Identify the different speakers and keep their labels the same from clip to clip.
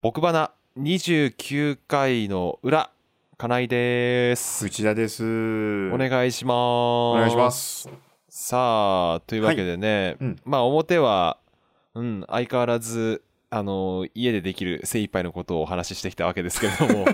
Speaker 1: 奥花29回の裏、金井です。
Speaker 2: 内田です。お
Speaker 1: お願いします。
Speaker 2: 願いしま。す。
Speaker 1: さあ、というわけでね、
Speaker 2: うん
Speaker 1: まあ表は、うん、相変わらず、あの、家でできる精一杯のことをお話ししてきたわけですけれど も、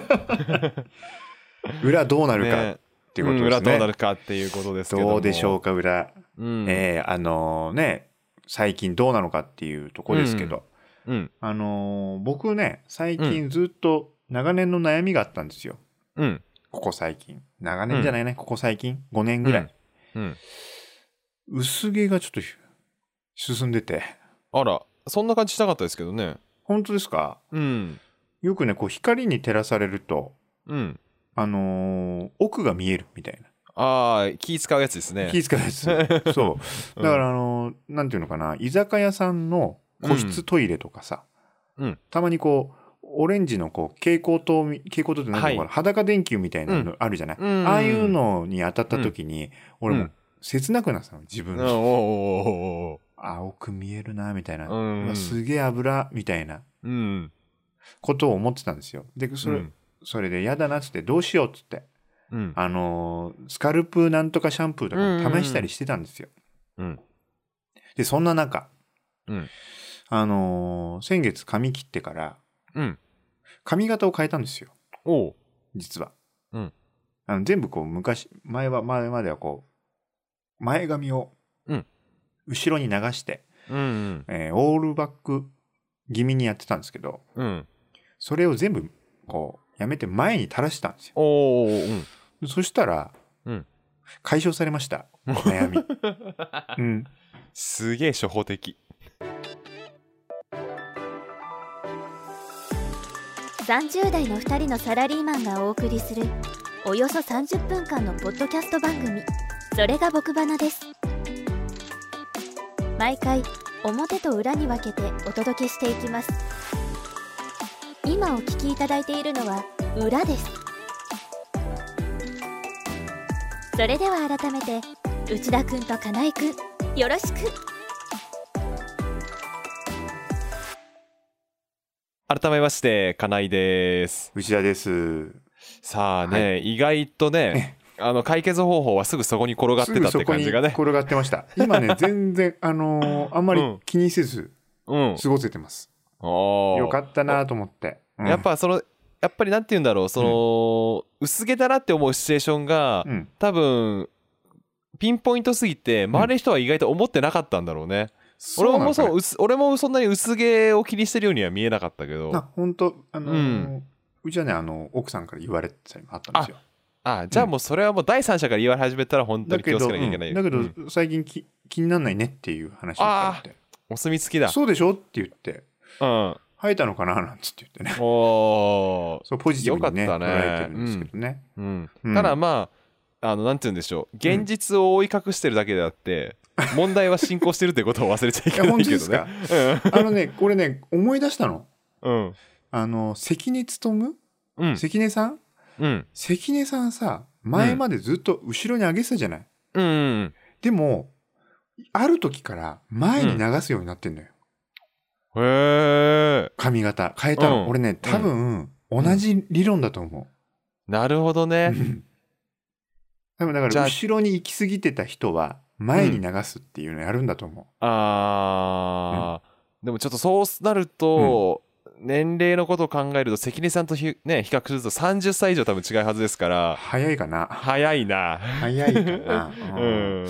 Speaker 2: 裏どうなるかっ
Speaker 1: ね
Speaker 2: ていうことですね。
Speaker 1: うん裏どうなるかっていうことですけども。
Speaker 2: どうでしょうか、裏。
Speaker 1: う。うん。
Speaker 2: えーあのね、最近どうなのかっていうとこですけど、
Speaker 1: うん。
Speaker 2: あのー僕ね、最近ずっと長年の悩みがあったんですよ。
Speaker 1: うん。
Speaker 2: ここ最近。長年じゃないね、ここ最近。5年ぐらい。
Speaker 1: うん。
Speaker 2: 薄毛がちょっと進んでて。
Speaker 1: あら、そんな感じしなかったですけどね。
Speaker 2: 本当ですか
Speaker 1: うん。
Speaker 2: よくね、こう光に照らされると、
Speaker 1: うん。
Speaker 2: あのー奥が見えるみたいな。
Speaker 1: ああ、気使うやつですね。
Speaker 2: 気遣いです。 そう。だから、あの、なんていうのかな、居酒屋さんの個室トイレとかさ、
Speaker 1: うん
Speaker 2: たまにこう、オレンジのこう蛍光灯み、蛍光灯って何ていうのか
Speaker 1: は
Speaker 2: な、裸電球みたいなのあるじゃない、
Speaker 1: うん
Speaker 2: ああいうのに当たった時に、俺も切なくなったの、自
Speaker 1: う
Speaker 2: 分
Speaker 1: ん、おーおー
Speaker 2: の。
Speaker 1: おーおー
Speaker 2: 青く見えるな、みたいな。
Speaker 1: うん
Speaker 2: うわすげえ油、みたいな
Speaker 1: うん。
Speaker 2: ことを思ってたんですよ。で、それ、
Speaker 1: うん
Speaker 2: それで嫌だなっつって、どうしようっつって、
Speaker 1: うん。
Speaker 2: あのースカルプなんとかシャンプーとかも試したりしてたんですよ。
Speaker 1: うん。
Speaker 2: で、そんな中、
Speaker 1: うん
Speaker 2: あのー先月髪切ってから、
Speaker 1: うん。
Speaker 2: 髪型を変えたんですよ、
Speaker 1: おう。
Speaker 2: 実は。
Speaker 1: うん
Speaker 2: あの全部こう、昔、前は、前まではこう、前髪を
Speaker 1: うん、
Speaker 2: 後ろに流して、
Speaker 1: うん。
Speaker 2: えーオールバック気味にやってたんですけど、
Speaker 1: うん。
Speaker 2: それを全部、こう、やめて前に垂らしたんですよ。
Speaker 1: おーうん。
Speaker 2: そしたら、
Speaker 1: うん
Speaker 2: 解消され ました、悩み。うん。
Speaker 1: すげえ初歩的。
Speaker 3: 30代の2人のサラリーマンがお送りするおよそ30分間のポッドキャスト番組「それが僕花」です毎回表と裏に分けてお届けしていきます今お聞きいただいているのは「裏」ですそれでは改めて内田くんと金井くんよろしく
Speaker 1: 改めまして、金井です。
Speaker 2: 内田です。
Speaker 1: さあね、意外と ね、あの解決方法はすぐそこに転がってたっ
Speaker 2: すぐ
Speaker 1: て
Speaker 2: そこ
Speaker 1: 感
Speaker 2: に
Speaker 1: じがね。
Speaker 2: 転がってました。今ね、全然、あのーあんまり
Speaker 1: うん
Speaker 2: 気にせず
Speaker 1: うん。
Speaker 2: 過ごせてます。
Speaker 1: おー
Speaker 2: よかったなと思って。うん
Speaker 1: やっ、ぱその、やっぱりなんて言うんだろう、その、薄毛だなって思うシチュエーションが、
Speaker 2: うん、
Speaker 1: 多分、ピンポイントすぎて、周りの人は意外と思ってなかったんだろうね。俺も
Speaker 2: そ
Speaker 1: そうう薄俺もそんなに薄毛を気にしてるようには見えなかったけど
Speaker 2: な本当あのー
Speaker 1: う
Speaker 2: うちはね、あの、奥さんから言われてたりもあったんですよ。
Speaker 1: あじゃあもうそれはもう第三者から言われ始めたら本当
Speaker 2: だ
Speaker 1: に
Speaker 2: け
Speaker 1: 気をつけ
Speaker 2: ど、
Speaker 1: なきゃいけない、
Speaker 2: うんだけど、
Speaker 1: うん
Speaker 2: 最近き気にならないねっていう話があって。
Speaker 1: お墨付きだ
Speaker 2: そうでしょって言って、
Speaker 1: うんお
Speaker 2: 生えたのかななんつって言って ね。
Speaker 1: ー
Speaker 2: そう、ポジティブにね、
Speaker 1: よかったね
Speaker 2: 捉えてるんですけどね。
Speaker 1: うん
Speaker 2: うん
Speaker 1: ただまああのなんて言うんでしょう現実を覆い隠してるだけであって、問題は進行してるってことを忘れちゃいけ
Speaker 2: いや、
Speaker 1: な
Speaker 2: 本
Speaker 1: い
Speaker 2: 当
Speaker 1: け
Speaker 2: で
Speaker 1: ど
Speaker 2: す
Speaker 1: ね
Speaker 2: か。あのね、これね、思い出したの。
Speaker 1: うん
Speaker 2: あの、関根勤
Speaker 1: うん
Speaker 2: 関根さん
Speaker 1: うん
Speaker 2: 関根さんさ前までずっと後ろに上げてたじゃない、
Speaker 1: うんうん
Speaker 2: でもある時から前に流すようになってんのよ、
Speaker 1: へえ
Speaker 2: 髪型変えたの、
Speaker 1: うん
Speaker 2: 俺ね多分同じ理論だと思
Speaker 1: なるほど
Speaker 2: う、
Speaker 1: ね、
Speaker 2: 多分だか
Speaker 1: じゃ
Speaker 2: ら
Speaker 1: あ
Speaker 2: 後ろに行き過ぎてた人は前に流すっていうのやるんだと思
Speaker 1: あー、でもちょっとそうなると、年齢のことを考えると関根さんとひ、ね、比較すると30歳以上多分違うはずですか
Speaker 2: う
Speaker 1: ら
Speaker 2: 早いかな
Speaker 1: 早いな、
Speaker 2: 早いか な、
Speaker 1: う
Speaker 2: うん
Speaker 1: ん、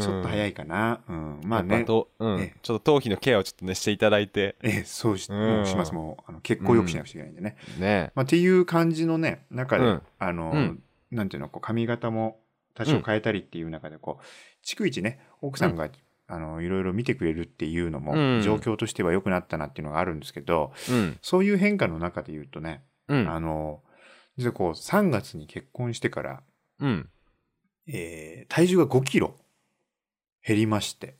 Speaker 2: ちょっと
Speaker 1: い
Speaker 2: 早いかな、うん、まあ
Speaker 1: やっ
Speaker 2: ね
Speaker 1: ぱとうん
Speaker 2: ええ
Speaker 1: ちょっと頭皮のケアをちょっとねしていただいて
Speaker 2: ええそうし,、
Speaker 1: うん
Speaker 2: しますもうあの血行よくしなくちゃいけないんでね、
Speaker 1: ね
Speaker 2: まあ、っていう感じのね中で、
Speaker 1: うん
Speaker 2: あの、
Speaker 1: うん
Speaker 2: なんていうのこう髪型も多少変えたりっていう中でこう、逐一ね奥さんが、あのいろいろ見てくれるっていうのも、
Speaker 1: うん
Speaker 2: 状況としては良くなったなっていうのがあるんですけど
Speaker 1: うん
Speaker 2: そういう変化の中で言うとね、
Speaker 1: うん
Speaker 2: あの実はこう3月に結婚してから、
Speaker 1: うん
Speaker 2: えー体重が5キロ減りまして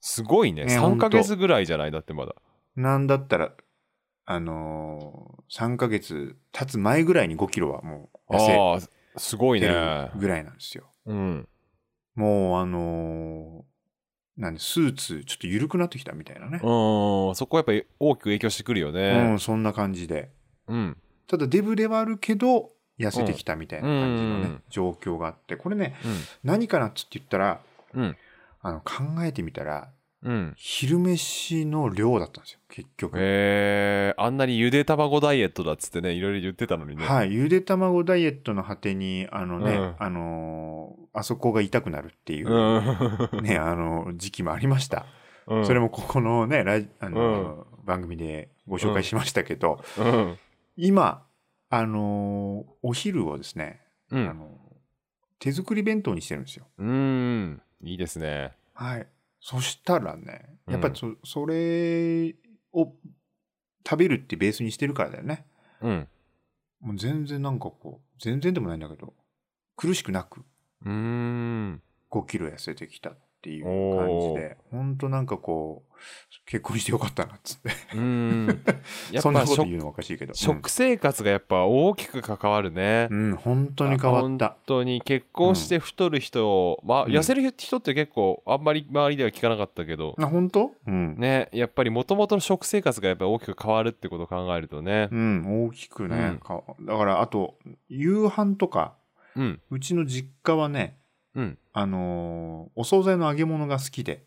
Speaker 1: すごいね
Speaker 2: ね
Speaker 1: 3ヶ月ぐらいじゃないだってまだ
Speaker 2: なんだったらあのー、3ヶ月経つ前ぐらいに5キロはもう
Speaker 1: あ
Speaker 2: 痩せ
Speaker 1: あーすごい
Speaker 2: て
Speaker 1: ね
Speaker 2: るぐらいなんですよ。
Speaker 1: うん
Speaker 2: もうあのなんでスーツちょっと緩くなってきたみたいなね、
Speaker 1: うん、そこはやっぱり大きく影響してくるよ
Speaker 2: う
Speaker 1: ね。
Speaker 2: ん、そんな感じで
Speaker 1: うん。
Speaker 2: ただデブではあるけど痩せてきたみたいな感じのね、
Speaker 1: うん
Speaker 2: 状況があってこれね
Speaker 1: うん。
Speaker 2: 何かなっつって言ったら
Speaker 1: うん。
Speaker 2: あの考えてみたら
Speaker 1: うん。
Speaker 2: 昼飯の量だったんですよ結局、
Speaker 1: えー、あんなにゆで卵ダイエットだっつってね、いろいろ言ってたのにね。
Speaker 2: はいゆで卵ダイエットの果てにあのね、
Speaker 1: うん
Speaker 2: あのーあそこが痛くなるっていうう、
Speaker 1: ん。
Speaker 2: ねあの時期もありました、
Speaker 1: うん
Speaker 2: それもここのねラジあの、番組でご紹介しましたけど、
Speaker 1: うん。
Speaker 2: 今あのーお昼をですね、
Speaker 1: う
Speaker 2: あ
Speaker 1: ん。
Speaker 2: の手作り弁当にしてるんですよ
Speaker 1: うん。いいですね。
Speaker 2: はい。そしたらね、やっぱ
Speaker 1: うん
Speaker 2: りそ,、それを食べるってベースにしてるからだよね。
Speaker 1: うん。
Speaker 2: もう全然なんかこう、全然でもないんだけど、苦しくなく
Speaker 1: うーん。
Speaker 2: 5キロ痩せてきたっていう感じで、ほんとなんかこう、結婚してよかったなっつって。
Speaker 1: うん。や
Speaker 2: そ
Speaker 1: っ
Speaker 2: んな
Speaker 1: ぱ
Speaker 2: こと
Speaker 1: 食
Speaker 2: 言うのはおかしいけど。
Speaker 1: 食生活がやっぱ大きく関わるね。
Speaker 2: うん、うん、本当に変わった
Speaker 1: 本。当に結婚して太る人、まあ、
Speaker 2: うん
Speaker 1: 痩せる人って結構あんまり周りでは聞かなかったけど、
Speaker 2: あ、本当うん。
Speaker 1: ねやっぱりもともとの食生活がやっぱり大きく変わるってことを考えるとね
Speaker 2: うん、大きくね、
Speaker 1: うん
Speaker 2: かだからあと、夕飯とか、
Speaker 1: うん
Speaker 2: うちの実家はね、
Speaker 1: うん
Speaker 2: あのーお惣菜の揚げ物が好きで、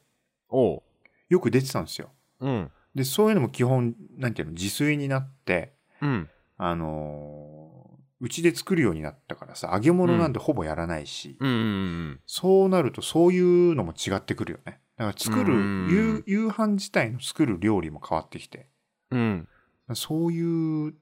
Speaker 1: おう
Speaker 2: よく出てたんですよ。
Speaker 1: うん
Speaker 2: で、そういうのも基本、なんていうの、自炊になって、
Speaker 1: うん
Speaker 2: あのーうちで作るようになったからさ、揚げ物なんてほぼやらないし、
Speaker 1: うんうん
Speaker 2: そうなるとそういうのも違ってくるよね。だから作る、
Speaker 1: うん
Speaker 2: 夕夕飯自体の作る料理も変わってきて、
Speaker 1: うんうん
Speaker 2: そういう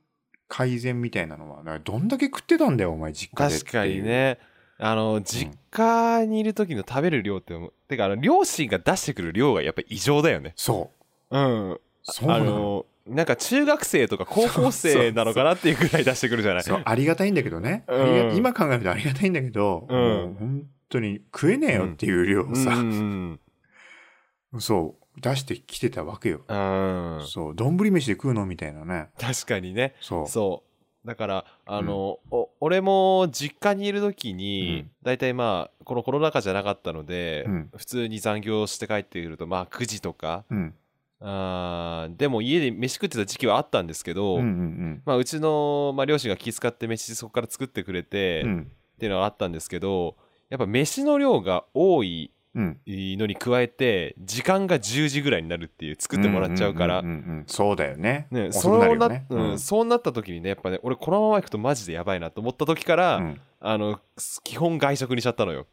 Speaker 2: 改善みたいなのは、だからどんだけ食ってたんだよ、お前、実家でって
Speaker 1: 確
Speaker 2: い
Speaker 1: か
Speaker 2: う。
Speaker 1: に。ねあの実家にいる時の食べる量っててかあの両親が出してくる量がやっぱり異常だよね
Speaker 2: そう。
Speaker 1: うん
Speaker 2: そうな
Speaker 1: あ
Speaker 2: の。
Speaker 1: のなんか中学生とか高校生なのかなっていうぐらい出してくるじゃない
Speaker 2: そうありがたいんだけどね、
Speaker 1: うん
Speaker 2: ありが今考えるとありがたいんだけど、
Speaker 1: うん
Speaker 2: もう本当に食えねえよっていう量をさ、
Speaker 1: うんうん
Speaker 2: そう、出してきてたわけよ。
Speaker 1: うんうん
Speaker 2: そう、丼飯で食うのみたいなね。
Speaker 1: 確かにね
Speaker 2: そう。
Speaker 1: そうだからあの、お俺も実家にいる時
Speaker 2: う
Speaker 1: に
Speaker 2: ん
Speaker 1: 大体、まあこのコロナ禍じゃなかったので、
Speaker 2: うん
Speaker 1: 普通に残業して帰ってくるとまあ9時とか
Speaker 2: うん。
Speaker 1: あーでも家で飯食ってた時期はあったんですけど、
Speaker 2: うんうん
Speaker 1: まあ、うちの、まあ、両親が気遣って飯そこから作ってくれて、
Speaker 2: うん。う
Speaker 1: っ
Speaker 2: ん。
Speaker 1: ていうのはあったんですけどやっぱ飯の量が多い
Speaker 2: うん。
Speaker 1: のに加えて時間が10時ぐらいになるっていう作ってもらっちゃうから
Speaker 2: んんんうんそうだよね。
Speaker 1: ね、
Speaker 2: 遅
Speaker 1: そう
Speaker 2: く
Speaker 1: な
Speaker 2: なるよね。
Speaker 1: うんそうなった時にねやっぱね俺このまま行くとマジでやばいなと思った時から、
Speaker 2: うん
Speaker 1: あのす基本外食にしちゃったのよ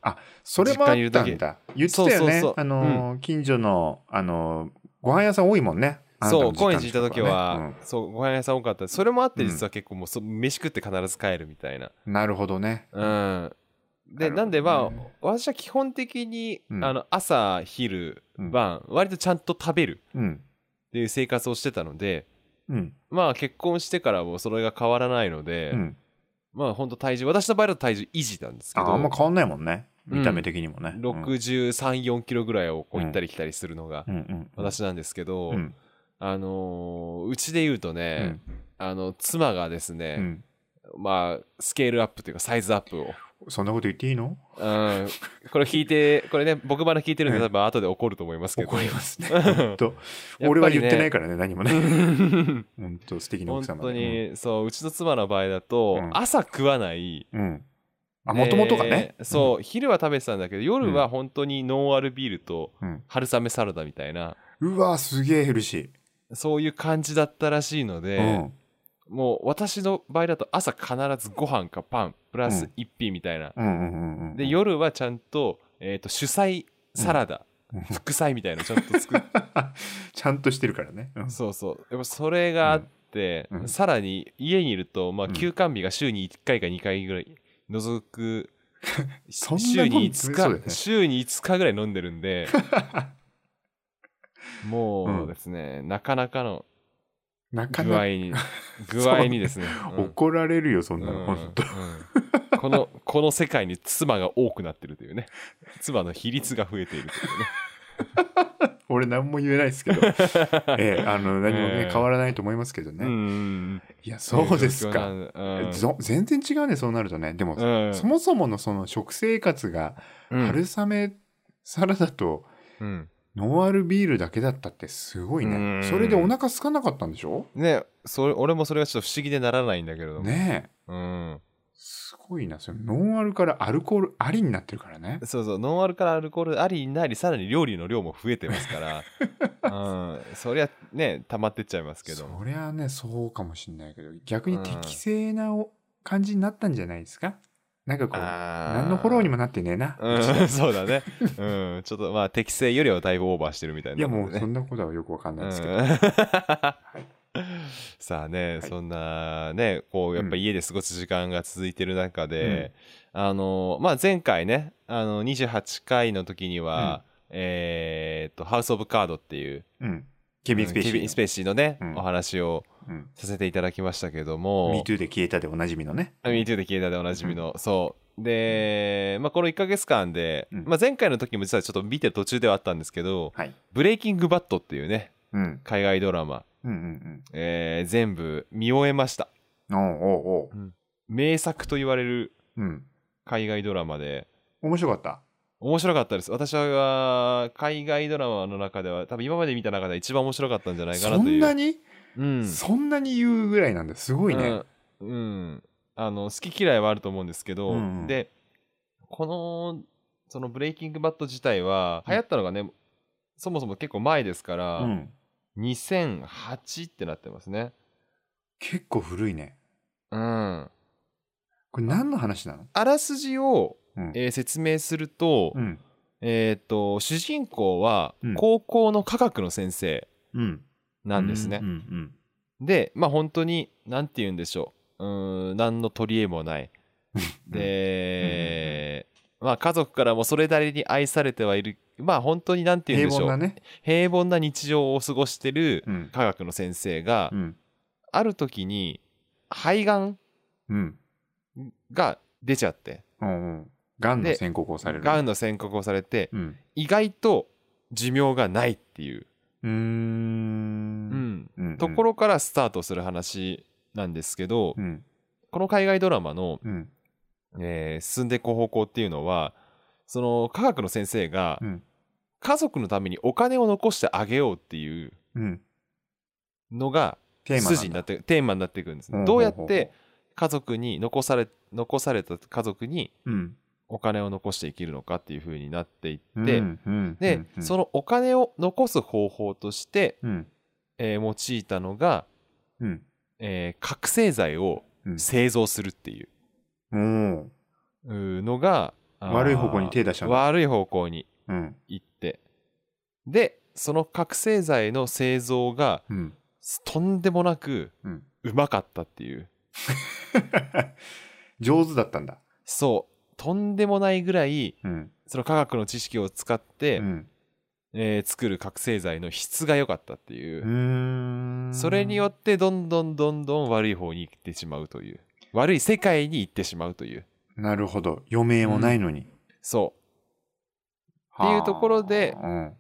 Speaker 2: それもあ
Speaker 1: 実家にい
Speaker 2: っ
Speaker 1: る
Speaker 2: た
Speaker 1: 時
Speaker 2: んだ。言ってたよ
Speaker 1: そうそう
Speaker 2: ね
Speaker 1: そう。
Speaker 2: あのー、近所の、あのー、ご飯屋さん多いもんね。あなた
Speaker 1: そ
Speaker 2: の
Speaker 1: う高円寺行った時
Speaker 2: 実家の近くね
Speaker 1: は、そうご飯屋さん多かったそれもあって実は結構もうそ飯食って必ず帰るみたいな
Speaker 2: うんなるほどね。
Speaker 1: うんで
Speaker 2: なるほどね
Speaker 1: なんでまあ私は基本的に、
Speaker 2: うん
Speaker 1: あの朝昼
Speaker 2: うん
Speaker 1: 晩割とちゃんと食べる
Speaker 2: うん。
Speaker 1: っていう生活をしてたので
Speaker 2: うん。
Speaker 1: まあ結婚してからもそれが変わらないので、
Speaker 2: うん。
Speaker 1: まあ本当体重私の場合だと体重維持なんですけ
Speaker 2: あ
Speaker 1: ど
Speaker 2: あんま変わんないもんね。
Speaker 1: うん
Speaker 2: 見た目的にもね。うん
Speaker 1: 63、4キロぐらいをこう行ったり来たりするのが
Speaker 2: うんうん。
Speaker 1: 私なんですけど、
Speaker 2: うん。
Speaker 1: あのーうちで言うと
Speaker 2: う
Speaker 1: ね
Speaker 2: ん、。
Speaker 1: あの妻がです
Speaker 2: う
Speaker 1: ね、
Speaker 2: ん
Speaker 1: まあスケールアップというかサイズアップを、
Speaker 2: そんなこと言っていいの
Speaker 1: うん、これ聞いてこれね僕まだ聞いてるんで
Speaker 2: うん
Speaker 1: 多分後で怒ると思いますけど
Speaker 2: 怒り ますね。
Speaker 1: うん
Speaker 2: 本当
Speaker 1: ね
Speaker 2: 俺は言ってないからね、何もね。 本当素敵な
Speaker 1: 本
Speaker 2: 奥様
Speaker 1: 当
Speaker 2: で
Speaker 1: に、そううちの妻の場合だと、
Speaker 2: うん
Speaker 1: 朝食わない
Speaker 2: うんうん。あ、
Speaker 1: で
Speaker 2: もともとがね。
Speaker 1: そう、昼は食べてたんだけど夜は本当にノンアルビールと
Speaker 2: うん。
Speaker 1: 春雨サラダみたいな
Speaker 2: うわ、すげえヘルシ
Speaker 1: そういう感じだったらしいので、
Speaker 2: ー。うん。
Speaker 1: もう私の場合だと朝必ずご飯かパンプラ
Speaker 2: う
Speaker 1: ス
Speaker 2: ん
Speaker 1: 一品みたいな、
Speaker 2: うんうんうんうん。
Speaker 1: で夜はちゃんと,、えー、と主菜サラダ、
Speaker 2: うん
Speaker 1: 副菜みたいなのちゃんと作 って
Speaker 2: ちゃんとしてるからね。うん
Speaker 1: そうそうやっぱそれがあって、
Speaker 2: うんうん
Speaker 1: さらに家にいると、まあ、
Speaker 2: うん
Speaker 1: 休館日が週に1回か2回ぐらい除 く
Speaker 2: そんな
Speaker 1: 週に
Speaker 2: そうだよ
Speaker 1: 5
Speaker 2: ね
Speaker 1: 日週に5日ぐらい飲んでるん でもうですね、なかなかの
Speaker 2: なか
Speaker 1: 具
Speaker 2: な
Speaker 1: 合
Speaker 2: か
Speaker 1: に具合にですね、うん
Speaker 2: 怒られるよ、そんな
Speaker 1: う
Speaker 2: の。
Speaker 1: ん
Speaker 2: 本当。
Speaker 1: うんこのこの世界に妻が多くなってるというね妻の比率が増えているというね
Speaker 2: 俺何も言えないですけ ど。ええ、あの、何も
Speaker 1: え
Speaker 2: ね
Speaker 1: え、
Speaker 2: 変わらないと思いますけど
Speaker 1: う
Speaker 2: ね。
Speaker 1: ん
Speaker 2: いや、そうですか。
Speaker 1: うん
Speaker 2: ぞ全然違うね、そうなるとね。でも、
Speaker 1: うん
Speaker 2: そもそものその食生活が、
Speaker 1: うん
Speaker 2: 春雨サラダと
Speaker 1: うん
Speaker 2: ノンアルビールだけだったってすごいうね
Speaker 1: ん
Speaker 2: それでお腹空かなかったんでしょ
Speaker 1: ねそれ俺もそれがちょっと不思議でならないんだけれども、
Speaker 2: ねえ
Speaker 1: うん、
Speaker 2: すごいなそれノンアルからアルコールありになってるからね
Speaker 1: そうそうノンアルからアルコールありになりさらに料理の量も増えてます から、うん、そりゃね溜まってっちゃいますけど
Speaker 2: そりゃねそうかもしんないけど逆に適正なお感じになったんじゃないですかなんかこう何
Speaker 1: 何
Speaker 2: のフォローに
Speaker 1: も
Speaker 2: もなってねえな、うち
Speaker 1: う
Speaker 2: は
Speaker 1: ん、 そうだね、うん、ちょっとまあ適正よりはだいぶオーバーしてるみたいない
Speaker 2: やもう
Speaker 1: ね
Speaker 2: そんなことはよくわかんないですけど、
Speaker 1: うん さあね、
Speaker 2: はい
Speaker 1: そんなねこうやっぱ
Speaker 2: うん
Speaker 1: 家で過ごす時間が続いてる中で、あのまあ、前回ねあの28回の時には、えーっと「ハウス・オブ・カード」っていう
Speaker 2: うん、ケビン・スペーシー
Speaker 1: ケビンスペーシーのね、
Speaker 2: うん
Speaker 1: お話を
Speaker 2: うん
Speaker 1: させていただきましたけども
Speaker 2: MeToo で消えたでおなじみのね
Speaker 1: あ MeToo で消えたでおなじみの、そうで、まあ、この1ヶ月間で、
Speaker 2: うん
Speaker 1: まあ、前回の時も実はちょっと見てる途中ではあったんですけど
Speaker 2: はい、
Speaker 1: 「ブレイキング・バット」っていうね
Speaker 2: うん、うん
Speaker 1: 海外ドラマ、
Speaker 2: うん
Speaker 1: えー全部見終えました
Speaker 2: うんおうおうおう
Speaker 1: 名作と言われる
Speaker 2: うん
Speaker 1: 海外ドラマで
Speaker 2: 面白かった
Speaker 1: 面白かったです私は海外ドラマの中では多分今まで見た中で一番面白かったんじゃないかな
Speaker 2: そ
Speaker 1: とい
Speaker 2: ん
Speaker 1: う
Speaker 2: なに、
Speaker 1: うんす
Speaker 2: そんなに言うぐらいなんだすごいね、
Speaker 1: うん、うんあの好き嫌いはあると思うんですけど、
Speaker 2: うんうん
Speaker 1: でこのそのブレイキングバット自体は流行ったのがね、そもそも結構前ですから、
Speaker 2: うん、
Speaker 1: 2008ってなってますね
Speaker 2: 結構古いね
Speaker 1: うん
Speaker 2: これ何の話なの
Speaker 1: あらすじを、
Speaker 2: うん
Speaker 1: えー説明すると、
Speaker 2: うん
Speaker 1: えーっと主人公は
Speaker 2: うん
Speaker 1: 高校の科学の先生
Speaker 2: うん
Speaker 1: なんですね
Speaker 2: う。ん
Speaker 1: でまあ本当に何て言うんでしょううーん何の取り柄もない。
Speaker 2: うん、
Speaker 1: で、まあ、家族からもそれなりに愛されてはいるまあ本当に何て言うん
Speaker 2: 平
Speaker 1: でしょ
Speaker 2: 凡
Speaker 1: う
Speaker 2: な
Speaker 1: 平凡,、
Speaker 2: ね
Speaker 1: な日常を過ごしてる
Speaker 2: うん
Speaker 1: 科学の先生が、
Speaker 2: うん
Speaker 1: ある時に肺がん
Speaker 2: うん
Speaker 1: が出ちゃって
Speaker 2: うんうんがんの
Speaker 1: で
Speaker 2: 宣告をされる
Speaker 1: がんの宣告をされて
Speaker 2: うん
Speaker 1: 意外と寿命がないっていう、
Speaker 2: うーん
Speaker 1: うん、
Speaker 2: うん
Speaker 1: ところからスタートする話なんですけど、
Speaker 2: うん
Speaker 1: この海外ドラマの、
Speaker 2: うん
Speaker 1: えー進んでいく方向っていうのはその科学の先生が
Speaker 2: うん
Speaker 1: 家族のためにお金を残してあげようっていう
Speaker 2: うん
Speaker 1: のが
Speaker 2: テーマなんだ
Speaker 1: 筋になってテーマになっていくんですね、
Speaker 2: うん
Speaker 1: どうやって家族に残され残された家族に
Speaker 2: うん
Speaker 1: お金を残して生きるのかっていう風になっていっ
Speaker 2: う
Speaker 1: て、
Speaker 2: んうん
Speaker 1: で、
Speaker 2: うん
Speaker 1: そのお金を残す方法として、
Speaker 2: うん
Speaker 1: えー用いたのが、
Speaker 2: うん
Speaker 1: えー覚醒剤を
Speaker 2: うん
Speaker 1: 製造するっていう
Speaker 2: おー
Speaker 1: うのがあー
Speaker 2: 悪い方向に手出したんだ
Speaker 1: 悪い方向に
Speaker 2: うん
Speaker 1: 行ってでその覚醒剤の製造が
Speaker 2: うん
Speaker 1: とんでもなく
Speaker 2: うん
Speaker 1: うまかったっていう
Speaker 2: 上手だったんだ
Speaker 1: そうとんでもないぐらい
Speaker 2: うん
Speaker 1: その科学の知識を使って、
Speaker 2: うん
Speaker 1: えー作る覚醒剤の質が良かったっていうう、
Speaker 2: ーん
Speaker 1: それによってどんどんどんどん悪い方に行ってしまうという悪い世界に行ってしまうという
Speaker 2: なるほど余命もないのにっ
Speaker 1: そうっていうところで
Speaker 2: うん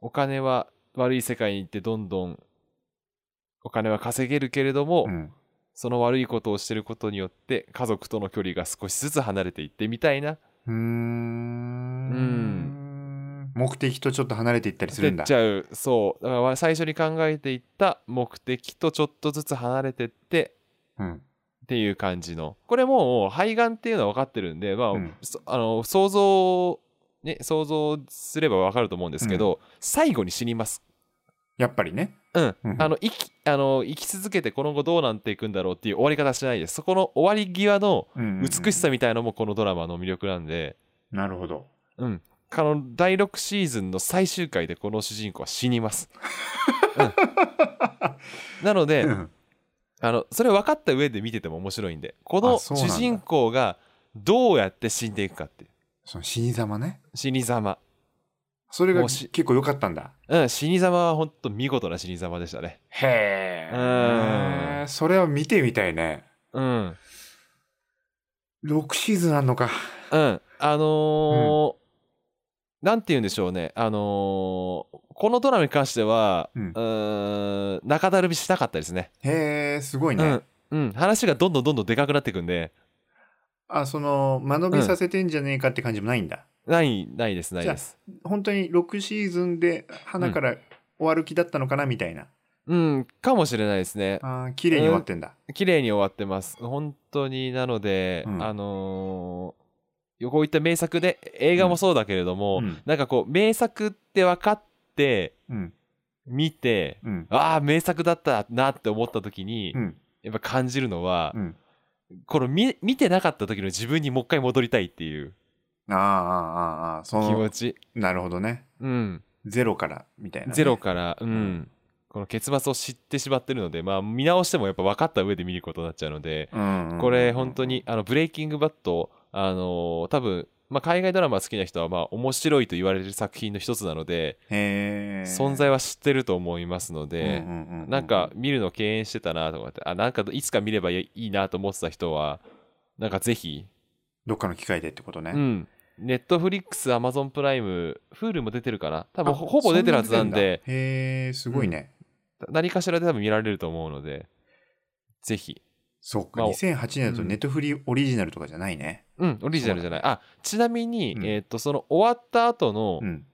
Speaker 1: お金は悪い世界に行ってどんどんお金は稼げるけれども、
Speaker 2: うん
Speaker 1: その悪いことをしてることによって家族との距離が少しずつ離れていってみたいな
Speaker 2: うーん目的とちょっと離れていったりするんだ
Speaker 1: っ。ちゃうそうだから最初に考えていった目的とちょっとずつ離れてって
Speaker 2: うん
Speaker 1: っていう感じのこれもう肺がんっていうのは分かってるんで、まあ
Speaker 2: うん
Speaker 1: そあの想像ね想像すれば分かると思うんですけど、最後に死にます
Speaker 2: やっぱりね。
Speaker 1: うん
Speaker 2: うん
Speaker 1: あの生きあの生き続けてこの後どうなっていくんだろうっていう終わり方しないですそこの終わり際の美しさみたいのもこのドラマの魅力なんで、
Speaker 2: なるほど。
Speaker 1: うん。あの、第6シーズンの最終回でこの主人公は死にます。 うんなので、
Speaker 2: うん
Speaker 1: あの、それ分かった上で見てても面白いんで、こ
Speaker 2: あ
Speaker 1: の
Speaker 2: そうなん
Speaker 1: 主
Speaker 2: だ
Speaker 1: 人公がどうやって死んでいくかっていう。
Speaker 2: その死に様ね。
Speaker 1: 死に様。
Speaker 2: それが
Speaker 1: もうし
Speaker 2: 結構良かったんだ。
Speaker 1: うん、死に様は本当見事な死に様でしたね。
Speaker 2: へ
Speaker 1: う
Speaker 2: え。それは見てみたいね。
Speaker 1: うん。
Speaker 2: 6シーズンあんのか。
Speaker 1: うん。あのーなんて言うんでしょうね。あのーこのドラマに関しては、
Speaker 2: う
Speaker 1: う
Speaker 2: ん
Speaker 1: ーん中だるみしなかったですね。
Speaker 2: へえ、すごいね。
Speaker 1: うん、うん、話がどんどんどんどんでかくなっていくんで、
Speaker 2: あ、その、間延びさせてんじゃねえかって感じもないんだ。
Speaker 1: ない、ないです、ないです。
Speaker 2: 本当に6シーズンで花から終わる気だったのかなみたいな。
Speaker 1: うん、かもしれないですね。
Speaker 2: ああ、綺麗に終わってんだ。
Speaker 1: 綺麗に終わってます。本当に、なので、
Speaker 2: うん
Speaker 1: あのーこういった名作で、映画もそうだけれども、
Speaker 2: うん
Speaker 1: なんかこう、名作って分かって、
Speaker 2: うん。
Speaker 1: 見て、
Speaker 2: うん。
Speaker 1: ああ、名作だったなって思った時に、
Speaker 2: うん。
Speaker 1: やっぱ感じるのは
Speaker 2: う、ん。
Speaker 1: この見見てなかった時の自分にもう一回戻りたいっていう
Speaker 2: ああ、ああ、ああ、そ
Speaker 1: 気持
Speaker 2: の、
Speaker 1: ち。
Speaker 2: なるほどね。
Speaker 1: うん。
Speaker 2: ゼロから、みたいなね、
Speaker 1: ゼロから、うん。
Speaker 2: うん
Speaker 1: この結末を知ってしまってるので、まあ、見直してもやっぱ分かった上で見ることになっちゃうので、
Speaker 2: うん。うん
Speaker 1: これ本当に、あの、ブレイキングバット、あのー多分、まあ、海外ドラマ好きな人は、まあ、面白いと言われる作品の一つなので、
Speaker 2: へえ。
Speaker 1: 存在は知ってると思いますの
Speaker 2: う
Speaker 1: で
Speaker 2: う、うう
Speaker 1: なんか、見るの敬遠してたなとかって、あ、なんかいつか見ればいいなと思ってた人は、なんかぜひ、
Speaker 2: どっかの機械でってことね。
Speaker 1: うん。ネットフリックス、アマゾンプライム、フールも出てるかな多
Speaker 2: あ。
Speaker 1: 分ほほぼ出てるはずなん
Speaker 2: そ出
Speaker 1: で、
Speaker 2: てんだへえ、すごいね。
Speaker 1: 何かしらで多分見られると思うので、ぜひ。
Speaker 2: そうか、
Speaker 1: まあ
Speaker 2: 2008年だとネットフリオリジナルとかじゃないね。
Speaker 1: うん、オリジナルじゃない。あ、ちなみに、
Speaker 2: うん
Speaker 1: えっ、と、その終わった後の、
Speaker 2: うん。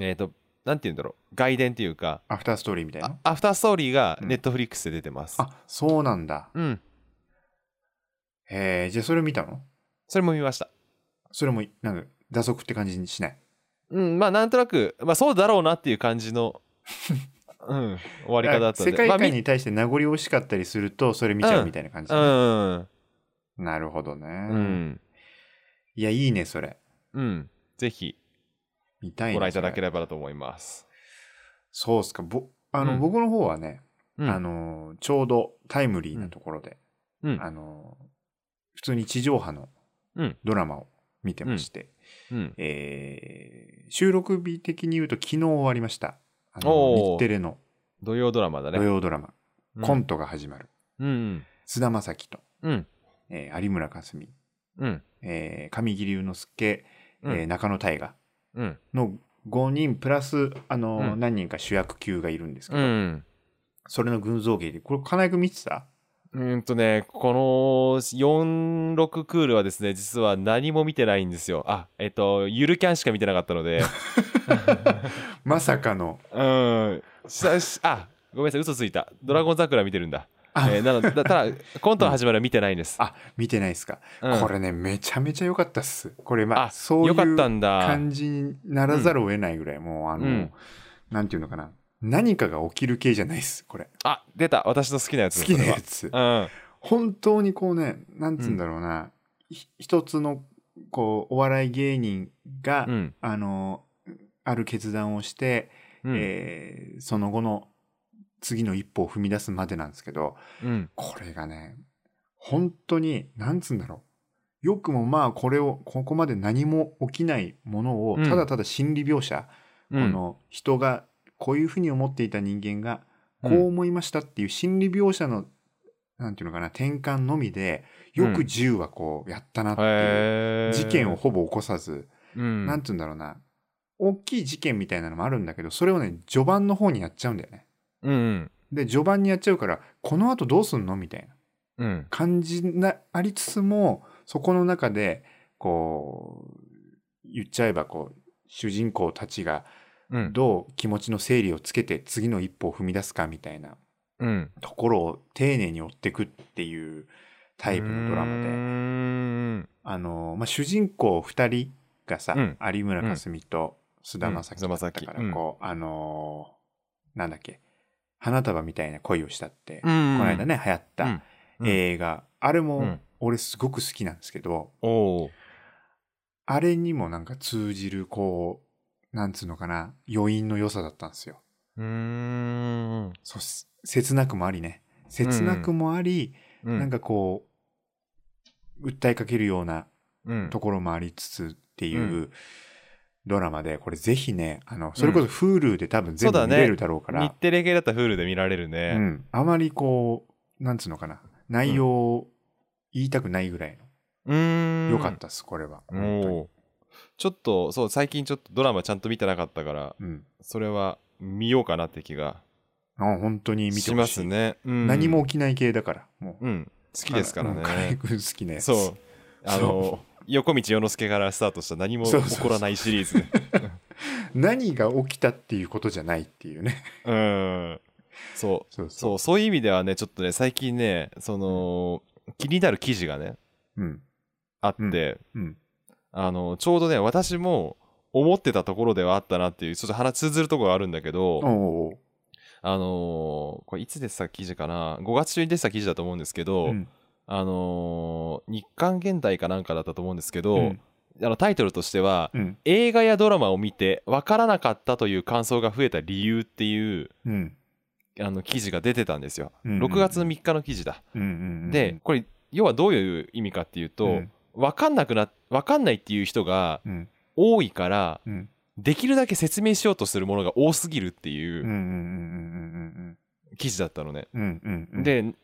Speaker 1: えっ、と、なんて言うんだろう、外伝っていうか、
Speaker 2: アフターストーリーみたい
Speaker 1: あ
Speaker 2: な。
Speaker 1: アフターストーリーが
Speaker 2: うん
Speaker 1: ネットフリックスで出てます。
Speaker 2: あ、そうなんだ。
Speaker 1: うん、
Speaker 2: へえ、じゃあそれ見たの
Speaker 1: それも見ました。
Speaker 2: それも、なんか、打足って感じにしない。
Speaker 1: うん、まあ、なんとなく、まあ、そうだろうなっていう感じ の、うん、終わり方だったんで。
Speaker 2: 世界
Speaker 1: まあ
Speaker 2: 観
Speaker 1: み
Speaker 2: に対して名残惜しかったりすると、それ見ちゃうみたいな感じ。
Speaker 1: うん、
Speaker 2: なるほどね。
Speaker 1: うん、
Speaker 2: いや、いいね、それ。
Speaker 1: うん、ぜひ
Speaker 2: 見たいね
Speaker 1: ご覧いただけ
Speaker 2: ば。
Speaker 1: ればと思います。
Speaker 2: そうっすか。ぼあの、
Speaker 1: うん
Speaker 2: 僕の方はね、
Speaker 1: うん
Speaker 2: あのー、ちょうどタイムリーなところで、
Speaker 1: うん
Speaker 2: あのー、普通に地上波の
Speaker 1: うん
Speaker 2: ドラマを見てまして、
Speaker 1: うん、
Speaker 2: えー収録日的に言うと昨日終わりました。あの
Speaker 1: おー
Speaker 2: 日テレの
Speaker 1: 土曜ドラマだね。
Speaker 2: 土曜ドラマ、
Speaker 1: うん
Speaker 2: コントが始まる。
Speaker 1: うん
Speaker 2: 菅田将暉と、
Speaker 1: うん
Speaker 2: えー有村架純、
Speaker 1: うん
Speaker 2: えー上木隆之介、えー
Speaker 1: うん
Speaker 2: 中野大河
Speaker 1: うん
Speaker 2: の5人プラス、あのー
Speaker 1: うん
Speaker 2: 何人か主役級がいるんです
Speaker 1: う
Speaker 2: けど、
Speaker 1: ん
Speaker 2: それの群像劇で、これ、金井君見てた
Speaker 1: うんとねこの46クールはですね実は何も見てないんですよあえっとゆるキャンしか見てなかったの で
Speaker 2: まさかの。
Speaker 1: うんさしあごめんなさい嘘ついた「ドラゴン桜」見てるんだ、
Speaker 2: あ、
Speaker 1: えーなのだただコントの始まりは見てないんです、
Speaker 2: あ見てないですか、
Speaker 1: うん
Speaker 2: これね、めちゃめちゃ良かったっす。これ、まあ、
Speaker 1: あ
Speaker 2: そうい
Speaker 1: よかっ
Speaker 2: う
Speaker 1: たんだ
Speaker 2: 感じにならざるを得ないぐらい、もう、あの、
Speaker 1: うん
Speaker 2: なんていうのかな。何かが起きる系じゃないっす、これ。
Speaker 1: あ出た私の好きなやつ
Speaker 2: 好きなや
Speaker 1: こ
Speaker 2: つ
Speaker 1: れ。は
Speaker 2: 本当にこうね、なんつうんだろうな。ひ一つの、こう、お笑い芸人が、
Speaker 1: うんうん
Speaker 2: あの、ある決断をして、
Speaker 1: うん、
Speaker 2: えーその後の次の一歩を踏み出すまでなんですけど、
Speaker 1: うん
Speaker 2: これがね、本当に、なんつうんだろう。よくもまあこれを、ここまで何も起きないものを、
Speaker 1: うん
Speaker 2: ただただ心理描写、
Speaker 1: うん
Speaker 2: この人が、こういうふうに思っていた人間が、
Speaker 1: う
Speaker 2: こうん思いましたっていう心理描写の、なんていうのかな、転換のみで、よく10はこうやったなっていう、
Speaker 1: へー
Speaker 2: 事件を、ほぼ起こさず、
Speaker 1: うん、
Speaker 2: なんつうんだろうな、大きい事件みたいなのもあるんだけど、それをね、序盤の方にやっちゃうんだよね。
Speaker 1: うん
Speaker 2: で、序盤にやっちゃうから、この後どうすんのみたいな。
Speaker 1: うん
Speaker 2: 感じなありつつもそこの中でこう言っちゃえばこう主人公たちが
Speaker 1: うん
Speaker 2: どう気持ちの整理をつけて次の一歩を踏み出すかみたいな
Speaker 1: うん
Speaker 2: ところを丁寧に追っていくっていうタイプのドラ
Speaker 1: うー
Speaker 2: マで
Speaker 1: ん
Speaker 2: あの、まあ、主人公2人がさ、
Speaker 1: うん
Speaker 2: 有村架純と菅田将暉だったか
Speaker 1: うん菅田将暉う
Speaker 2: ら
Speaker 1: ん
Speaker 2: こう、あのーなんだっけ花束みたいな恋をしたって、
Speaker 1: こ
Speaker 2: この
Speaker 1: の
Speaker 2: 間ね流行った、
Speaker 1: うんうん
Speaker 2: 映画、あれ
Speaker 1: う
Speaker 2: も
Speaker 1: ん
Speaker 2: 俺すごく好きなんですけど、
Speaker 1: おお
Speaker 2: あれにもなんか通じるこうなんつうのかな余韻の良さだったんですよ
Speaker 1: うーん
Speaker 2: そうす切なくもありね切なくもあり、なんかこう訴えかけるような
Speaker 1: うん
Speaker 2: ところもありつつっていう、
Speaker 1: う
Speaker 2: ドラマでこれぜひねあのそれこそ Hulu で多分全
Speaker 1: そ
Speaker 2: 部
Speaker 1: うだ
Speaker 2: 見
Speaker 1: ね
Speaker 2: れるだろうから
Speaker 1: 日テレ系だったら Hulu で見られる
Speaker 2: う
Speaker 1: ね
Speaker 2: ん、あまりこうなんつうのかな内容を言いたくないぐらい
Speaker 1: うんー
Speaker 2: の
Speaker 1: ん
Speaker 2: 良かったですこれは、
Speaker 1: お
Speaker 2: 本当に
Speaker 1: おちょっとそう最近ちょっとドラマちゃんと見てなかったから
Speaker 2: うん、
Speaker 1: それは見ようかなって気が
Speaker 2: あ本当に見てほしい
Speaker 1: しますねうん
Speaker 2: 何も起きない系ですからもう
Speaker 1: うん好きですから
Speaker 2: あのカレー
Speaker 1: ね
Speaker 2: 君好きなやつ
Speaker 1: そうあの横道世之助からスタートした何も起
Speaker 2: そうそうそう
Speaker 1: こらないシリーズ ね
Speaker 2: 何が起きたっていうことじゃないっていうね。
Speaker 1: うんそう
Speaker 2: そう
Speaker 1: そうそういう意味ではねちょっとね最近ねその気になる記事がね
Speaker 2: う。うん。
Speaker 1: あって、
Speaker 2: うん。
Speaker 1: あのちょうどね私も思ってたところではあったなっていうちょっと話通ずるところがあるんだけど、
Speaker 2: おお
Speaker 1: あのーこれいつでした記事かな5月中に出てた記事だと思うんですけ
Speaker 2: お。
Speaker 1: ど、
Speaker 2: うん
Speaker 1: あのー日刊現代かなんかだったと思うんですけど、
Speaker 2: うん
Speaker 1: あのタイトルとしては、
Speaker 2: うん。
Speaker 1: 映画やドラマを見て分からなかったという感想が増えた理由っていう
Speaker 2: うん。
Speaker 1: あの記事が出てたんですよ、
Speaker 2: うん
Speaker 1: 6月3日の記事だ、
Speaker 2: うんうん。
Speaker 1: で、これ要はどういう意味かっていうと、
Speaker 2: うん
Speaker 1: 分かんなくな分かんないっていう人が
Speaker 2: うん。
Speaker 1: 多いから
Speaker 2: うん。
Speaker 1: できるだけ説明しようとするものが多すぎるって
Speaker 2: う
Speaker 1: い
Speaker 2: ん。うん。う。
Speaker 1: うん記事だったのね、
Speaker 2: うん。うん。うん。うん、
Speaker 1: で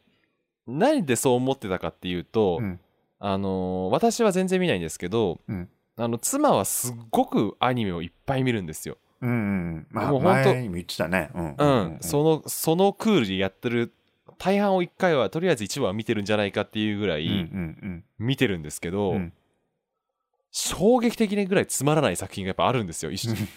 Speaker 1: なんでそう思ってたかっていうと、
Speaker 2: うん。
Speaker 1: あのー私は全然見ないんですけど
Speaker 2: うん。
Speaker 1: あの妻はすっごくアニメをいっぱい見るんですよ。
Speaker 2: うんうん。まあ、
Speaker 1: もうほんと
Speaker 2: 前にも言ってたね。うん。
Speaker 1: うん、そのそのクールでやってる大半を1回はとりあえず1話は見てるんじゃないかっていうぐら
Speaker 2: う
Speaker 1: い
Speaker 2: ん。
Speaker 1: 見てるんですけど、
Speaker 2: うん。うん。
Speaker 1: 衝撃的なぐらいつまらない作品がやっぱあるんですよ一緒に、うん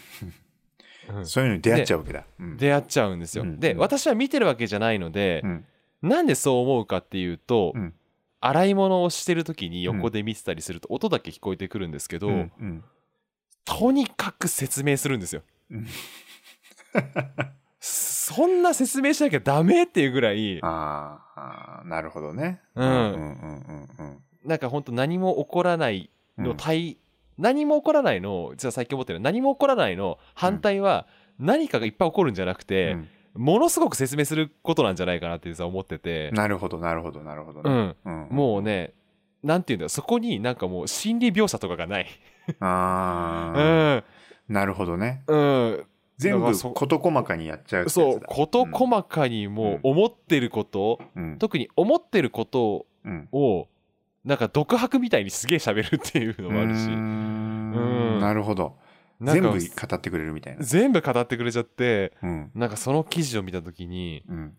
Speaker 2: そういうのに出会っちゃうわけだ。うん。
Speaker 1: 出会っちゃうんですよ、
Speaker 2: うん
Speaker 1: で私は見てるわけじゃないので
Speaker 2: う、ん。
Speaker 1: なんでそう思うかっていうと、
Speaker 2: うん
Speaker 1: 洗い物をしてる時に横で見てたりすると音だけ聞こえてくるんですけど、
Speaker 2: うん。うん。
Speaker 1: とにかく説明するんですよ
Speaker 2: うん
Speaker 1: そんな説明しなきゃダメっていうぐらい
Speaker 2: ああ、なるほどね。
Speaker 1: うん
Speaker 2: うん。うん。うん。
Speaker 1: なんか本当何も起こらないの対、何も起こらないの実は最近思ってる何も起こらないの反対は何かがいっぱい起こるんじゃなくて、ものすごく説明することなんじゃないかなってさ思ってて、
Speaker 2: なるほど、なるほど、なるほど
Speaker 1: う
Speaker 2: ね。
Speaker 1: ん、
Speaker 2: うん
Speaker 1: もうねなんていうんだろうそこになんかもう心理描写とかがない、う
Speaker 2: ああ、
Speaker 1: ん
Speaker 2: なるほどね。
Speaker 1: うん、
Speaker 2: 全
Speaker 1: だか
Speaker 2: 部
Speaker 1: らそ
Speaker 2: 事細かにやっちゃうってやつだ
Speaker 1: そう事細かにもう思ってること、
Speaker 2: うん。
Speaker 1: 特に思ってること
Speaker 2: うん。
Speaker 1: をなんか独白みたいにすげえ喋るっていうのもあるし
Speaker 2: う
Speaker 1: う
Speaker 2: ー
Speaker 1: ん
Speaker 2: んなるほど。
Speaker 1: なん
Speaker 2: 全部
Speaker 1: か
Speaker 2: 語ってくれるみたいな。
Speaker 1: 全部語ってくれちゃって
Speaker 2: うん。
Speaker 1: なんかその記事を見た時に
Speaker 2: うん。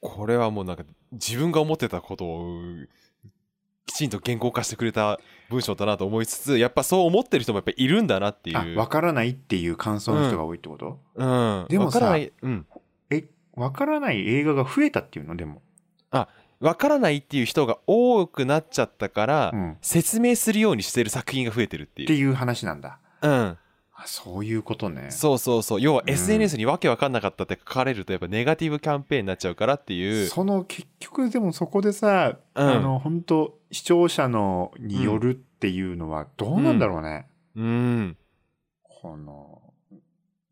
Speaker 1: これはもうなんか自分が思ってたことをきちんと言語化してくれた文章だなと思いつつやっぱそう思ってる人もやっぱいるんだなってい
Speaker 2: あ、
Speaker 1: う
Speaker 2: わからないっていう感想の人が多いってこと
Speaker 1: うん、
Speaker 2: でもさ
Speaker 1: わからない、うん、
Speaker 2: え、わからない映画が増えたっていうのでも。
Speaker 1: わからないっていう人が多くなっちゃったから、
Speaker 2: うん。っ
Speaker 1: 説明するようにしてる作品が増えてるっていう
Speaker 2: ていう話なんだ。
Speaker 1: うん、
Speaker 2: あそういうことね。
Speaker 1: そうそうそう要は
Speaker 2: うん
Speaker 1: SNS にわけわかんなかったって書かれるとやっぱネガティブキャンペーンになっちゃうからっていう
Speaker 2: その結局でもそこでさ、
Speaker 1: うん
Speaker 2: あの本当視聴者のによるっていうのはどうなんだろうね、
Speaker 1: うん
Speaker 2: この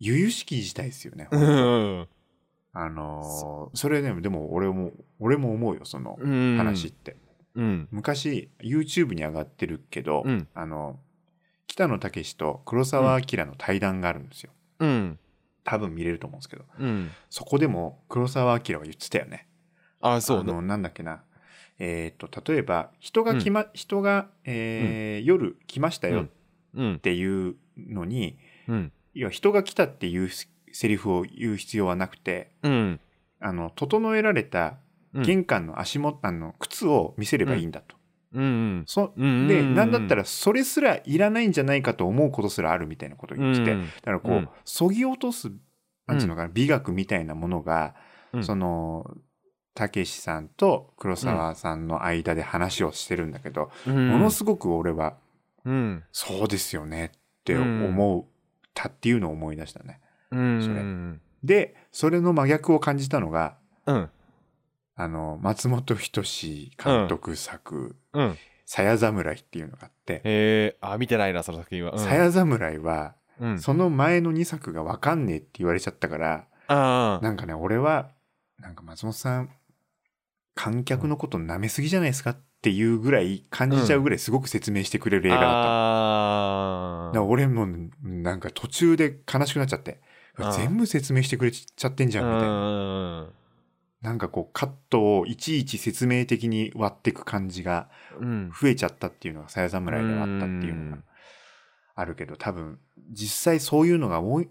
Speaker 2: 由々しき事態ですよね、
Speaker 1: うん
Speaker 2: あのーそれねでも俺も俺も思うよその
Speaker 1: うん
Speaker 2: 話って、
Speaker 1: うん
Speaker 2: 昔 YouTube に上がってるけど、
Speaker 1: うん
Speaker 2: あの北野武と黒澤明の対談があるんですよ
Speaker 1: うん
Speaker 2: 多分見れると思うんですけど
Speaker 1: うん
Speaker 2: そこでも黒澤明は言ってたよね
Speaker 1: あそう
Speaker 2: あ
Speaker 1: ね
Speaker 2: のなんだっけなえーっと例えば人が来ま、人が、えー夜来ましたよっ
Speaker 1: うん
Speaker 2: ていうのに、
Speaker 1: うん
Speaker 2: 要は人が来たっていうセリフを言う必要はなくて
Speaker 1: うん
Speaker 2: あの整えられた
Speaker 1: うん
Speaker 2: 玄関の足元、あの靴を見せればいいんだと。
Speaker 1: うん
Speaker 2: そ
Speaker 1: うんうん
Speaker 2: でなんだったらそれすらいらないんじゃないかと思うことすらあるみたいなことを言ってて、
Speaker 1: うん
Speaker 2: だからこう、
Speaker 1: うん
Speaker 2: そぎ落とすなんていうのかな、美学みたいなものが、
Speaker 1: うん
Speaker 2: そのたけしさんと黒沢さんの間で話をしてるんだけど、
Speaker 1: うん
Speaker 2: ものすごく俺は
Speaker 1: うん
Speaker 2: そうですよねって思ったっていうのを思い出したね。
Speaker 1: うん
Speaker 2: それ
Speaker 1: うん
Speaker 2: でそれの真逆を感じたのが
Speaker 1: うん
Speaker 2: あの松本人志監督作
Speaker 1: うん
Speaker 2: 「さや侍」っていうのがあって
Speaker 1: えー、あ見てないなその作品は
Speaker 2: 「
Speaker 1: うん
Speaker 2: さや侍」は
Speaker 1: うん
Speaker 2: その前の2作が分かんねえって言われちゃったから、
Speaker 1: あー
Speaker 2: なんかね、俺は、なんか松本さん、観客のこと舐めすぎじゃないですかっていうぐらい感じちゃうぐらいすごく説明してくれる映画だった。
Speaker 1: あ
Speaker 2: だ
Speaker 1: ー
Speaker 2: から俺もなんか途中で悲しくなっちゃって、
Speaker 1: あー
Speaker 2: 全部説明してくれちゃってんじゃんみたいな。なんかこうカットをいちいち説明的に割っていく感じが
Speaker 1: うんうん
Speaker 2: 増えちゃったっていうのが、さや侍ではあったっていうの
Speaker 1: う
Speaker 2: が
Speaker 1: ん
Speaker 2: あるけど、多分実際そういうのが多い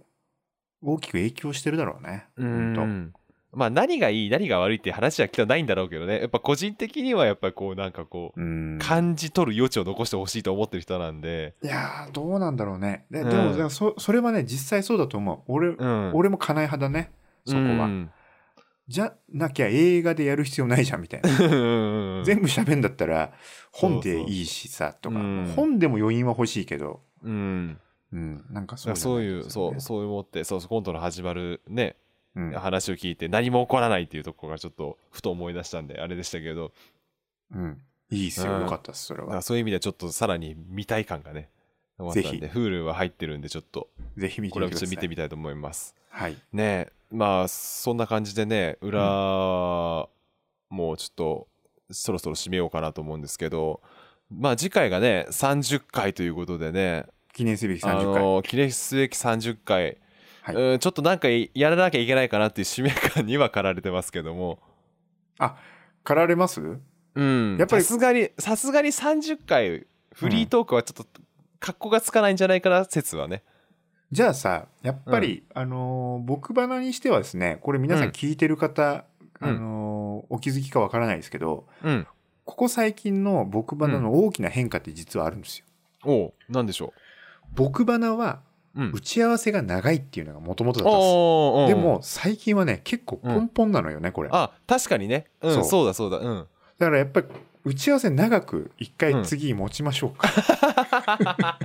Speaker 2: 大きく影響してるだろうね。
Speaker 1: うん
Speaker 2: ほんと
Speaker 1: まあ何がいい何が悪いって話はきっとないんだろうけどねやっぱ個人的にはやっぱこうなんかこう
Speaker 2: うん
Speaker 1: 感じ取る余地を残してほしいと思ってる人なんで
Speaker 2: いやーどうなんだろうねで,、
Speaker 1: うん
Speaker 2: でもだからそそれはね実際そうだと思う俺,、
Speaker 1: うん
Speaker 2: 俺も家内派だねそこは、
Speaker 1: うん
Speaker 2: じゃなきゃ映画でやる必要ないじゃんみたいな
Speaker 1: うんうんうん
Speaker 2: 全部喋んだったら本でいいしさとか、
Speaker 1: うん
Speaker 2: 本でも余韻は欲しいけど、
Speaker 1: うん
Speaker 2: うん、なんか
Speaker 1: そ
Speaker 2: そううじゃな
Speaker 1: いう
Speaker 2: ですよ
Speaker 1: そう
Speaker 2: ね
Speaker 1: そう思ってそうそうコントの始まるね、
Speaker 2: うん
Speaker 1: 話を聞いて何も起こらないっていうところがちょっとふと思い出したんであれでしたけど
Speaker 2: うん、いいっす
Speaker 1: う
Speaker 2: よ
Speaker 1: ん
Speaker 2: よかったっすそれ
Speaker 1: だから
Speaker 2: は
Speaker 1: そういう意味ではちょっとさらに見たい感がねあったんで
Speaker 2: ぜひ
Speaker 1: Hulu は入ってるんでちょっと
Speaker 2: ぜひ見て
Speaker 1: こ
Speaker 2: み
Speaker 1: れ
Speaker 2: て
Speaker 1: は
Speaker 2: く
Speaker 1: ちょっと
Speaker 2: ださい
Speaker 1: 見てみたいと思います
Speaker 2: はい
Speaker 1: ねえまあそんな感じでね裏、もうちょっとそろそろ締めようかなと思うんですけどまあ次回がね30回ということでね
Speaker 2: 記念すべき30回、
Speaker 1: あの記念すべき30回、
Speaker 2: はい
Speaker 1: うんちょっとなんかやらなきゃいけないかなっていう使命感には駆られてますけども、
Speaker 2: あ駆られます
Speaker 1: うん、
Speaker 2: やっぱり
Speaker 1: さすがにさすがに30回フリートークはちょっと格好がつかないんじゃないかな説はね
Speaker 2: じゃあさやっぱり、あのー僕花にしてはですねこれ皆さん聞いてる方、
Speaker 1: うん
Speaker 2: あのーお気づきかわからないですけど
Speaker 1: うん
Speaker 2: ここ最近の僕花の大きな変化って実はあるんですよ。
Speaker 1: おうなんでしょ
Speaker 2: 僕花は
Speaker 1: う、うん
Speaker 2: 打ち合わせが長いっていうのがもともとだったんです。
Speaker 1: おーおーおー
Speaker 2: でも最近はね結構ポンポンなのよねこれ。だか
Speaker 1: あ確かにね、うん、
Speaker 2: そ
Speaker 1: そううだそうだうん
Speaker 2: らやっぱり打ち合わせ長く一
Speaker 1: う
Speaker 2: 回
Speaker 1: ん
Speaker 2: 次持ちましょうか。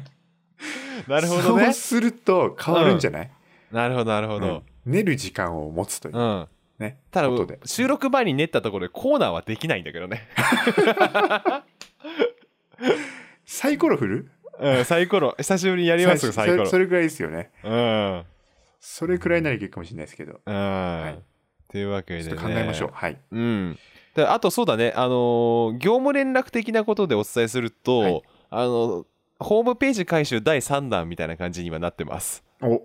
Speaker 1: なるほどね
Speaker 2: そうすると変わるんじゃない、
Speaker 1: なるほどなるほど、
Speaker 2: うん練る時間を持つといううんね。
Speaker 1: ただ
Speaker 2: ことで
Speaker 1: 収録前に練ったところでコーナーはできないんだけどね、
Speaker 2: サイコロ振る
Speaker 1: うん、サイコロ久しぶりにやりますよ
Speaker 2: さ
Speaker 1: サ
Speaker 2: い
Speaker 1: イコ
Speaker 2: そ
Speaker 1: ロ
Speaker 2: それくらいですよね。
Speaker 1: うん
Speaker 2: それくらいならいけるかもしれないですけど。
Speaker 1: うん、
Speaker 2: い
Speaker 1: というわけで、
Speaker 2: ち
Speaker 1: ね、
Speaker 2: ょっと考えましょう。はい。
Speaker 1: うん、であとそうだね、あのー業務連絡的なことでお伝えすると、
Speaker 2: はい
Speaker 1: あのホームページ改修第3弾みたいな感じに今なってます。
Speaker 2: お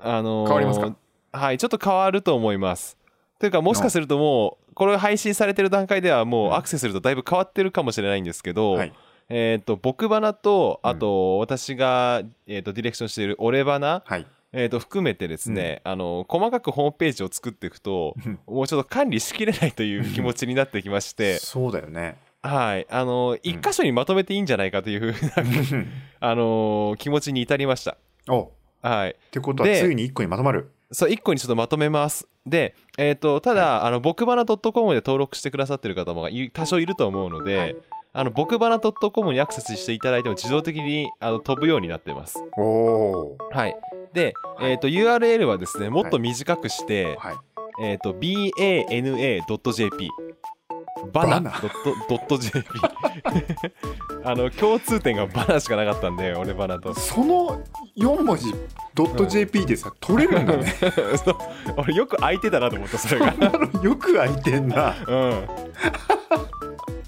Speaker 1: あのー
Speaker 2: 変わりますか
Speaker 1: はい、ちょっと変わると思います。というか、もしかするともう、これ配信されてる段階では、もうアクセスするとだいぶ変わってるかもしれないんですけど、
Speaker 2: はい。
Speaker 1: えっ、と、僕花と、あと、私が、えー、とディレクションしている俺花、
Speaker 2: はい。
Speaker 1: えー、と含めてですね、あの細かくホームページを作っていくともうちょっと管理しきれないという気持ちになってきまして
Speaker 2: そうだ よね。
Speaker 1: はいあの一箇所にまとめていいんじゃないかという、あの気持ちに至りました
Speaker 2: おっ
Speaker 1: はい
Speaker 2: てことは
Speaker 1: で
Speaker 2: ついに1個にまとまる。
Speaker 1: そう一個にちょっとまとめますでえっ、とただ、あの僕ばな .com で登録してくださってる方もい多少いると思うので、あの僕ばな .com にアクセスしていただいても自動的にあの飛ぶようになってます
Speaker 2: おお
Speaker 1: はいで、えー、と URL はですねもっと短くして、
Speaker 2: ー。はい。
Speaker 1: えっ、と、bana.jp。バ
Speaker 2: ナ
Speaker 1: ナドットドット .jp あの共通点がバナしかなかったんで俺バナと
Speaker 2: その4文字 .jp でさ、取れるんだね。
Speaker 1: そう俺よく空いてたなと思ったそれが
Speaker 2: よく開いてんな。
Speaker 1: うん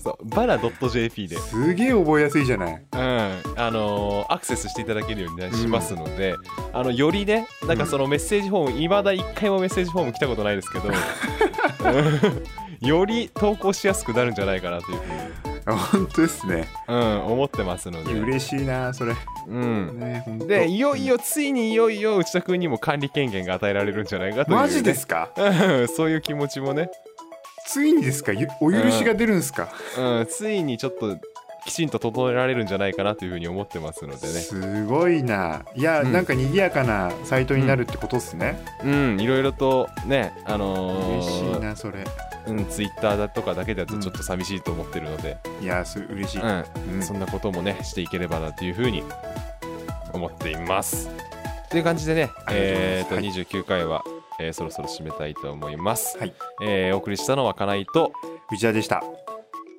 Speaker 1: そうバナ .jp で、うん
Speaker 2: すげえ覚えやすいじゃない。
Speaker 1: あのーアクセスしていただけるようにしますので、あのよりねなんかそのメッセージフォームいまだ一回もメッセージフォーム来たことないですけど、うんより投稿しやすくなるんじゃないかなというふうに
Speaker 2: 本当ですね。
Speaker 1: うん、思ってますの
Speaker 2: い
Speaker 1: で。
Speaker 2: や嬉しいな、それ。
Speaker 1: うん。
Speaker 2: ね、本当
Speaker 1: で、いよい。よ、ついにいよいよ、内田君にも管理権限が与えられるんじゃないかという、ね。
Speaker 2: マジですか
Speaker 1: うんそういう気持ちもね、
Speaker 2: ついにですかゆお許しが出るんですか、
Speaker 1: うん、ついにちょっと、きちんと整えられるんじゃないかなというふうに思ってますのでね。
Speaker 2: すごいな。いや、
Speaker 1: うん
Speaker 2: なんか賑やかなサイトになるってことっすね。
Speaker 1: うん、いろいろとね、あの
Speaker 2: 嬉しい
Speaker 1: ー、
Speaker 2: な、それ。
Speaker 1: うん、ツイッターだとかだけだ
Speaker 2: う
Speaker 1: と
Speaker 2: ん
Speaker 1: ちょっと寂しいと思ってるので、
Speaker 2: いや、す嬉しい。
Speaker 1: うん、
Speaker 2: うん
Speaker 1: そんなこともね、していければなというふうに思っています。という感じでね、
Speaker 2: ありがとうござい
Speaker 1: え
Speaker 2: ます
Speaker 1: ーと、
Speaker 2: はい
Speaker 1: 29回は、えーそろそろ締めたいと思います。
Speaker 2: はい。
Speaker 1: えーお送りしたのはかないと、
Speaker 2: 藤田でした。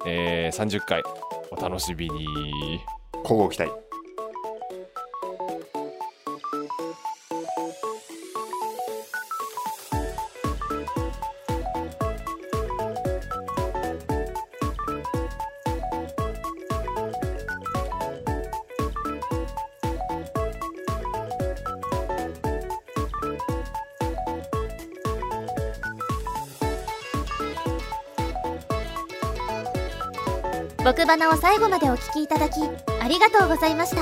Speaker 1: えー30回お楽しみに。
Speaker 2: 交互期待。
Speaker 3: 僕バナを最後までお聞きいただきありがとうございました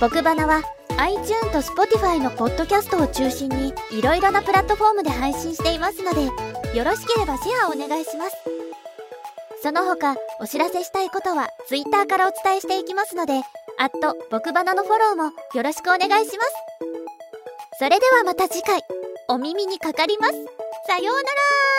Speaker 3: 僕バナは iTune と Spotify のポッドキャストを中心にいろいろなプラットフォームで配信していますのでよろしければシェアをお願いしますその他お知らせしたいことは Twitter からお伝えしていきますので「アット僕バナ」のフォローもよろしくお願いしますそれではまた次回お耳にかかりますさようなら